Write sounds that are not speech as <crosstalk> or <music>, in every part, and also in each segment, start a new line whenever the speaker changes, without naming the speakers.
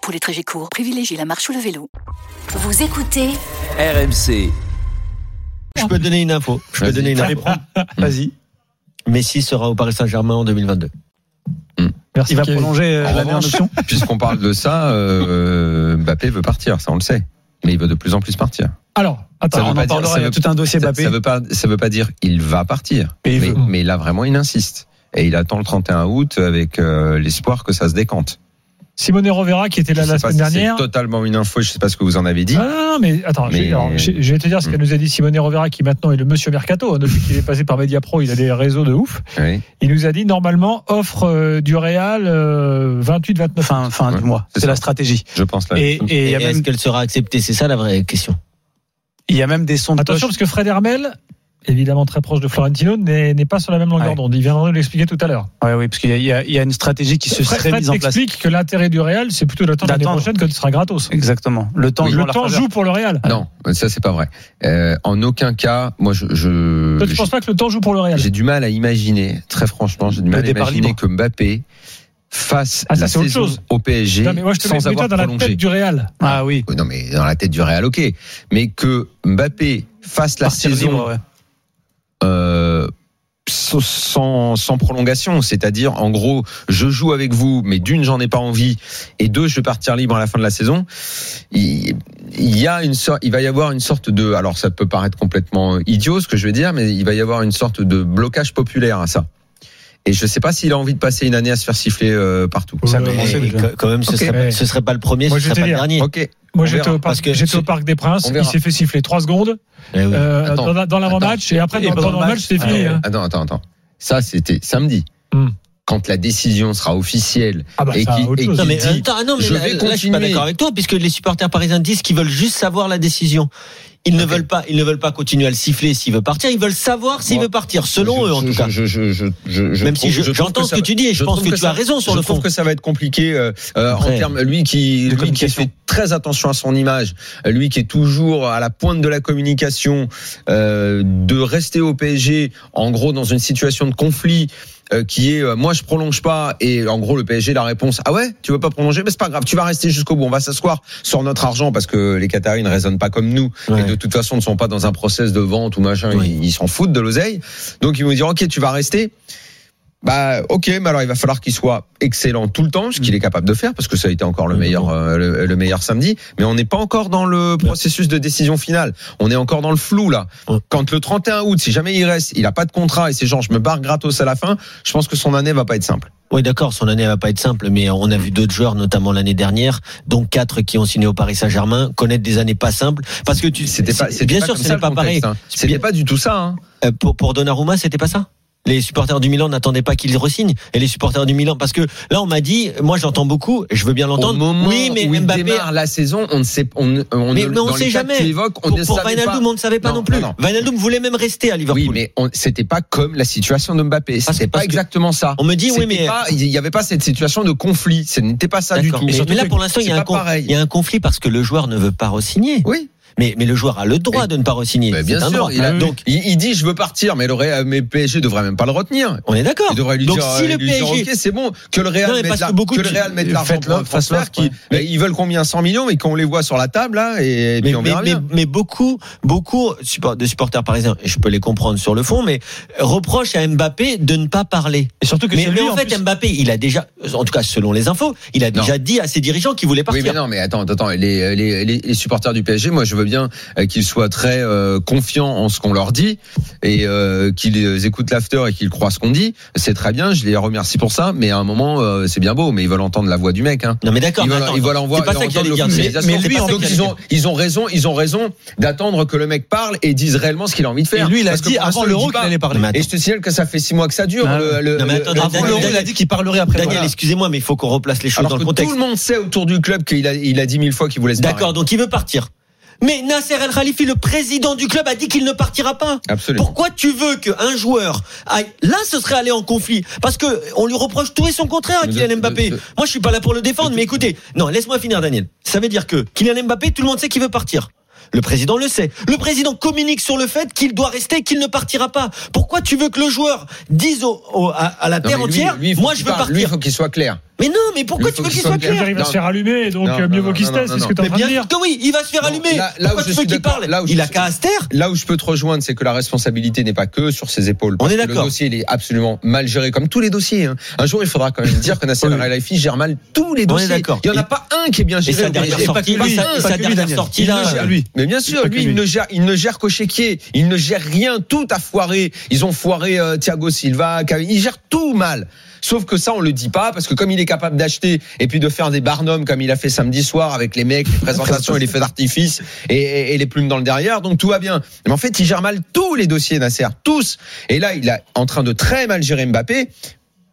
Pour les trajets courts, privilégiez la marche ou le vélo.
Vous écoutez
RMC.
Je peux donner une info. Je peux
Vas-y.
donner une info.
<laughs>
Vas-y. Messi sera au Paris Saint-Germain en 2022.
Merci.
Il va
Kevin.
prolonger euh,
En
l'année en
revanche,
option.
Puisqu'on parle de ça, euh, Mbappé veut partir, ça on le sait. Mais il veut de plus en plus partir.
Alors, attends,
Ça veut
on
pas
en
dire-
parlera.
ça
Il y a
veut-
tout un dossier
Ça,
Mbappé.
ça veut pas, ça veut pas dire il va partir.
Mais il
mais,
veut.
mais là vraiment il insiste et il attend le 31 août avec euh, l'espoir que ça se décante.
Simone Rovera, qui était là
Je
la
sais pas
semaine
si
dernière.
C'est totalement une info. Je sais pas ce que vous en avez dit.
Non, non, non, mais attends,
Mais- Hmm.
Je, alors, je- je vais te dire ce qu'elle nous a dit Simone Rovera, qui maintenant est le monsieur Mercato. hein, depuis qu'il est passé par Mediapro, il a des réseaux de ouf.
Oui.
Il nous a dit normalement, offre euh, du Real euh, 28-29.
fin, fin
Ouais,
du mois.
c'est
C'est la
ça.
stratégie.
Je pense là.
Et, et il y, a
Et est-ce
même-
qu'elle sera acceptée C'est ça la vraie question.
il y a même des sondages.
Attention, parce que Fred Hermel, évidemment très proche de Florentino, n'est n'est pas sur la même longueur
Ouais.
d'onde. Il viendra nous l'expliquer tout à l'heure.
Ouais, oui, parce qu'il y, a- il y a- il y a une stratégie qui se
Fred,
serait
Fred
mise en place.
explique que l'intérêt du Real, c'est plutôt d'attendre l'année
D'attendre.
prochaine que ce sera gratos.
Exactement. Le temps,
Oui.
joue en
Le
leur
temps
faveur.
joue pour le Real.
Non, ça c'est pas vrai. Euh, en aucun cas, moi je. je
Toi, tu penses pas que le temps joue pour le Real
J'ai du mal à imaginer, très franchement, j'ai du
Le
mal à
départ
imaginer
libre.
que Mbappé fasse
Ah, ça,
la
c'est autre
saison
chose.
au PSG
Non, mais moi, je te mets
sans
plutôt
avoir
dans la
prolongé.
tête du Real.
Ah oui.
Oui, Euh, Non, mais dans la tête du Real, ok. Mais que Mbappé fasse la
Partir
saison
libre, ouais.
euh, sans- sans, sans prolongation, c'est-à-dire en gros, je joue avec vous, mais d'une, j'en ai pas envie, et deux, je vais partir libre à la fin de la saison. Il, il y a une sorte, il va y avoir une sorte de, alors ça peut paraître complètement idiot ce que je vais dire, mais il va y avoir une sorte de blocage populaire à ça. Et je sais pas s'il a envie de passer une année à se faire siffler euh, partout.
Ça
Non, mais
commence déjà.
quand- quand même, ce
Ok.
serait, ce serait pas le premier,
Moi,
ce
je vais
serait
te
pas le
dire.
dernier.
Ok.
Moi,
On
j'étais
verra,
au,
parce
parc,
que
j'étais au
c'est-
Parc des Princes.
On verra.
Il s'est fait siffler 3 secondes
Eh oui.
euh,
Attends.
dans, la- dans l'avant-match et après,
Et
dans, dans
pendant le
l'avant-match,
match,
c'est fini.
ah ouais.
hein.
Attends, attends, attends. Ça, c'était samedi.
Hmm.
Quand la décision sera officielle
Ah bah,
et
ça,
qui-
autre
et
chose.
qui
Non mais, euh,
dit,
attends, non, mais
je
là,
vais
là, je suis pas
continuer.
d'accord avec toi puisque les supporters parisiens disent qu'ils veulent juste savoir la décision. Ils ne
Ok.
veulent pas, ils ne veulent pas continuer à le siffler s'il veut partir. Ils veulent savoir s'il
Moi,
veut partir, selon
Je-
eux en
je-
tout
je-
cas.
je- je- je- je- je
Même
trouve-
si je-
je trouve
j'entends ce
ça
que
va-
tu dis et je, pense
trouve
que, tu
ça
as
va-
raison sur
je
le
trouve
fond.
que ça va être compliqué euh, euh, en
Après,
termes lui qui
de
lui qui
communication.
fait très attention à son image, euh, lui qui est toujours à la pointe de la communication, euh, de rester au PSG en gros dans une situation de conflit. euh, qui est euh, moi je prolonge pas et en gros le PSG la réponse ah ouais tu veux pas prolonger mais c'est pas grave tu vas rester jusqu'au bout on va s'asseoir sur notre argent parce que les Qataris ne raisonnent pas comme nous et
Ouais.
de toute façon ne sont pas dans un process de vente ou machin
Oui.
ils ils s'en foutent de l'oseille donc ils vont dire ok tu vas rester bah ok, mais alors il va falloir qu'il soit excellent tout le temps, ce
Mm.
qu'il est capable de faire, parce que ça a été encore le meilleur, euh, le, le meilleur samedi. Mais on n'est pas encore dans le processus de décision finale. On est encore dans le flou là.
Ouais.
Quand le 31 août, si jamais il reste, il a pas de contrat et c'est genre je me barre gratos à la fin, je pense que son année va pas être simple.
Oui, d'accord, son année va pas être simple, mais on a vu d'autres joueurs, notamment l'année dernière, dont quatre qui ont signé au Paris Saint-Germain, connaître des années pas simples, parce que tu,
C'était pas,
c'est-
c'était
bien
pas
sûr,
comme
ce
ça,
n'est
le
pas
contexte,
pareil.
hein. C'était pas du tout ça. hein.
Euh, pour, pour Donnarumma, c'était pas ça les supporters du Milan n'attendaient pas qu'il resigne et les supporters du Milan parce que là on m'a dit moi j'entends beaucoup et je veux bien
Au
l'entendre
moment
oui mais
où il
Mbappé
démarre la saison, on ne sait, on, ne- on
Mais
ne-
non, on
dans
sait
les cas que
jamais.
tu évoques, on
pour,
ne
pour
savait pas.
Vinaldum on ne savait pas
Non,
non, plus
non, non.
Vinaldum voulait même rester à Liverpool
Oui, mais on- c'était pas comme la situation de Mbappé.
Parce-
C'était pas
parce que-
exactement ça.
on me dit oui
C'était
mais
pas- il n'y avait pas cette situation de conflit. Ce n'était pas ça du
D'accord.
tout.
Mais, mais là, pour l'instant, il y, a
C'est
un
pas
con-
pareil.
il y a un conflit parce que le joueur ne veut pas re-signer.
Oui,
Mais, mais le joueur a le droit
Mais-
de ne pas re-signer.
bah, bien
C'est un Ah
sûr.
droit.
Il, a-
Donc,
il, il dit je veux partir, mais le Real- mais PSG devrait même pas le retenir.
on est d'accord.
Il devrait lui
Donc,
dire,
si
euh,
le
lui dire,
PSG
ok, c'est bon que le Real
Non, mais
mette
parce
la-
que beaucoup
que le
de-
Real mette l'argent pour
Faites-le,
un transfert
fasse-le,
qui
ouais.
mais ils veulent combien 100 millions et qu'on les voit sur la table là et
mais,
puis on
mais-
verra
mais-
bien.
mais beaucoup, beaucoup support- de supporters parisiens, et je peux les comprendre sur le fond, mais reprochent à Mbappé de ne pas parler.
Et surtout que
Mais,
c'est
mais
lui,
en
en
fait,
plus.
Mbappé, il a déjà, en tout cas selon les infos, il a
Non.
déjà dit à ses dirigeants qu'il voulait
Oui, mais
partir.
euh, non, mais attends, attends, les, les, les, les supporters du PSG, moi je, veux bien euh, qu'ils soient très euh, confiants en ce qu'on leur dit et euh, qu'ils écoutent l'after et qu'ils croient ce qu'on dit. C'est très bien, je les remercie pour ça, mais à un moment, euh, c'est bien beau, mais ils veulent entendre la voix du mec. Hein.
Non, mais d'accord.
Ils
mais
veulent,
attends,
ils veulent en voir-
C'est pas
ils
ça
veulent
qu'il allait
entendre
dire.
l'optimisation.
Mais- mais lui, en
Donc,
fait,
ils ont, ils ont raison, ils ont raison d'attendre que le mec parle et dise réellement ce qu'il a envie de
Et
faire.
lui, il a
Parce que
dit
pour l'instant,
avant
il
l'euro
dit
qu'il
pas.
allait parler.
Non, mais
Et je te signale que ça fait six mois que ça dure.
Non.
le- le-
Non, mais
le-
attendez,
Avant
Daniel-
l'euro, il a dit qu'il parlerait après.
Daniel,
Voilà.
excusez-moi, mais il faut qu'on replace les choses
alors
dans
que
le contexte.
tout le monde sait autour du club qu'il a, il a dit mille fois qu'il voulait se barrer.
D'accord, donc il veut partir. Mais Nasser El Khalifi, le président du club, a dit qu'il ne partira pas.
Absolument.
Pourquoi tu veux qu'un joueur aille... Là, ce serait aller en conflit. Parce que on lui reproche tout et son contraire à
Mais
Kylian
de-
Mbappé.
de- de-
Moi, je suis pas là pour le défendre,
de-
mais écoutez. Non, laisse-moi finir, Daniel. Ça veut dire que Kylian Mbappé, tout le monde sait qu'il veut partir. Le président le sait. Le président communique sur le fait qu'il doit rester, qu'il ne partira pas. Pourquoi tu veux que le joueur dise au- au- à, à la
Non,
terre
mais lui,
entière,
lui, il faut
moi
qu'il
je veux
parle.
partir
Lui, il faut qu'il soit clair.
Mais non, mais pourquoi
Lui,
tu
faut
veux
qu'il
qu'il
soit
soit clair
Il va se
Non.
faire allumer, donc
Non,
euh, mieux
non,
vaut qu'il se
non,
taise,
non,
c'est ce que t'es en
Mais
train de
bien
dire.
sûr que oui, il va se faire
Non,
allumer.
là- là
Pourquoi
où
tu
je
veux
suis
qu'il
d'accord,
parle
là où je
Il a
suis-
qu'à se taire.
Là où je peux te rejoindre, c'est que la responsabilité n'est pas que sur ses épaules.
On
Parce
est
que
d'accord.
Le dossier, il est absolument mal géré, comme tous les dossiers. hein. Un jour, il faudra quand
<laughs>
même dire que Nasser
Oui.
Al-Khelaifi gère mal tous les
On est
dossiers.
d'accord.
Il n'y en a pas un qui est bien
Et
géré.
sa
au
dernière
PSG.
pas
sortie,
que lui,
et sa-
pas
et
que
sa
lui,
dernière
Daniel.
sortie
Il
là.
ne gère, lui. Mais bien sûr,
pas
lui,
que
il
lui.
ne gère, il ne gère qu'au chéquier. Il ne gère rien. Tout a foiré. Ils ont foiré euh, Thiago Silva. Cavani. Ils gèrent tout mal. Sauf que ça, on le dit pas parce que comme il est capable d'acheter et puis de faire des barnums comme il a fait samedi soir avec les mecs, les présentations et les feux d'artifice et, et- et les plumes dans le derrière, donc tout va bien. Mais en fait, il gère mal tous les dossiers Nasser, tous. Et là, il est en train de très mal gérer Mbappé.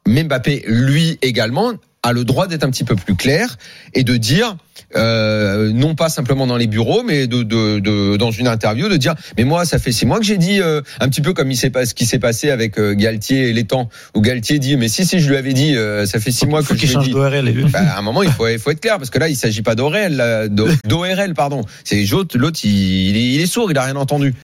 Mais Mbappé, lui également, a le droit d'être un petit peu plus clair et de dire, euh, non pas simplement dans les bureaux, mais de, de, de- dans une interview, de dire, mais moi, ça fait six mois que j'ai dit, euh, un petit peu comme il s'est pas, ce qui s'est passé avec euh, Galtier et Létang, où Galtier dit, mais si, si, je lui avais dit, euh, ça fait six mois
Il faut
que je
qu'il
lui ai
change
dit.
d'ORL. et-
Bah, à un moment, il faut, il faut être clair, parce que là, euh, il s'agit pas d'ORL, là, d'O- d'ORL, pardon. C'est l'autre, l'autre, il, il est- il est sourd, il a rien entendu.